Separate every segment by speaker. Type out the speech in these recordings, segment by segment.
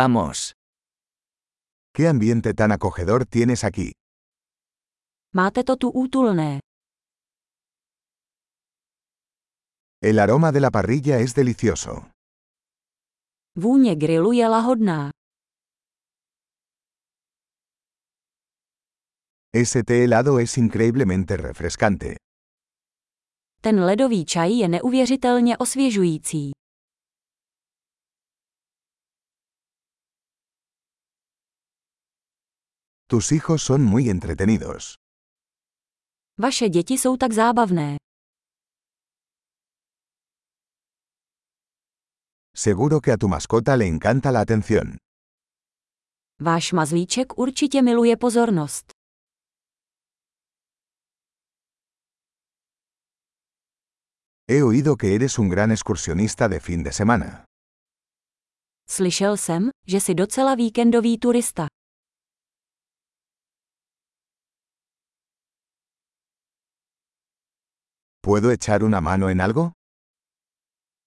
Speaker 1: Vamos.
Speaker 2: ¿Qué ambiente tan acogedor tienes aquí?
Speaker 3: Máte to tu útulné.
Speaker 2: El aroma de la parrilla es delicioso.
Speaker 3: Vůně grilu je lahodná.
Speaker 2: Ese té helado es increíblemente refrescante.
Speaker 3: Ten ledový čaj je neuvěřitelně osvěžující.
Speaker 2: Tus hijos son muy entretenidos.
Speaker 3: Vaše děti jsou tak zábavné.
Speaker 2: Seguro que a tu mascota le encanta la atención.
Speaker 3: Váš mazlíček určitě miluje pozornost.
Speaker 2: He oído que eres un gran excursionista de fin de semana.
Speaker 3: Slyšel jsem, že jsi docela víkendový turista.
Speaker 2: ¿Puedo echar una mano en algo?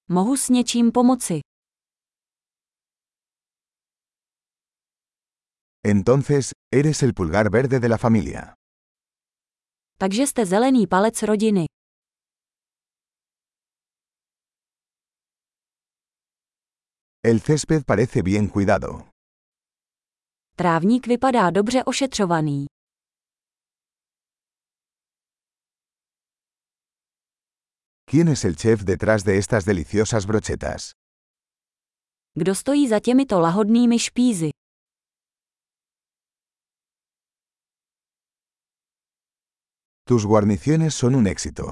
Speaker 3: Mohu s něčím pomoci.
Speaker 2: Entonces, eres el pulgar verde de la familia.
Speaker 3: Takže jste zelený palec rodiny.
Speaker 2: El césped parece bien cuidado.
Speaker 3: Trávník vypadá dobře ošetřovaný.
Speaker 2: ¿Quién es el chef detrás de estas deliciosas brochetas?
Speaker 3: Kdo stojí za těmito lahodnými špízy?
Speaker 2: Tus guarniciones son un éxito.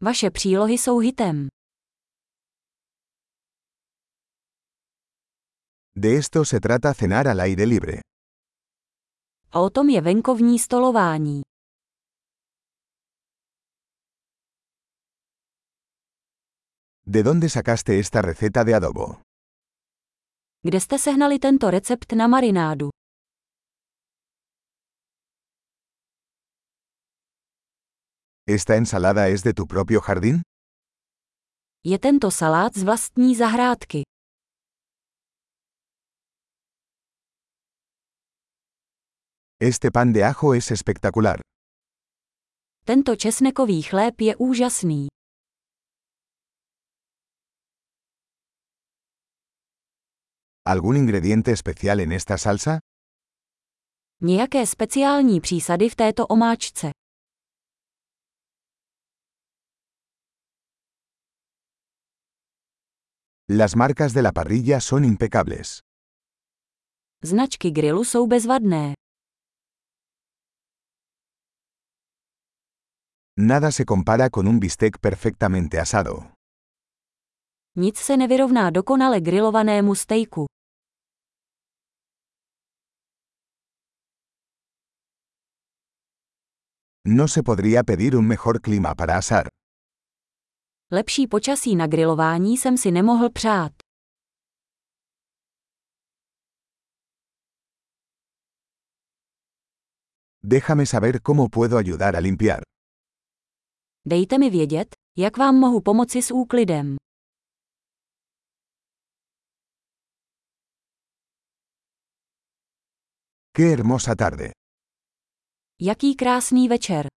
Speaker 3: Vaše přílohy jsou hitem.
Speaker 2: De esto se trata cenar al aire libre.
Speaker 3: A o tom je venkovní stolování.
Speaker 2: ¿De dónde sacaste esta receta de adobo?
Speaker 3: Kde jste sehnali tento recept na marinádu?
Speaker 2: ¿Esta ensalada es de tu propio jardín?
Speaker 3: Je tento salát z vlastní zahrádky.
Speaker 2: Este pan de ajo es espectacular.
Speaker 3: Tento česnekový chléb je úžasný.
Speaker 2: ¿Algún ingrediente especial en esta salsa?
Speaker 3: Nějaké speciální přísady v této omáčce.
Speaker 2: Las marcas de la parrilla son impecables.
Speaker 3: Značky grilu jsou bezvadné.
Speaker 2: Nada se compara con un bistec perfectamente asado.
Speaker 3: Nic se nevyrovná dokonale grilovanému stejku.
Speaker 2: No se podría pedir un mejor clima para asar.
Speaker 3: Lepší počasí na grilování jsem si nemohl přát.
Speaker 2: Déjame saber cómo puedo ayudar a limpiar.
Speaker 3: Dejte mi vědět, jak vám mohu pomoci s úklidem.
Speaker 2: ¡Qué hermosa tarde!
Speaker 3: Jaký krásný večer.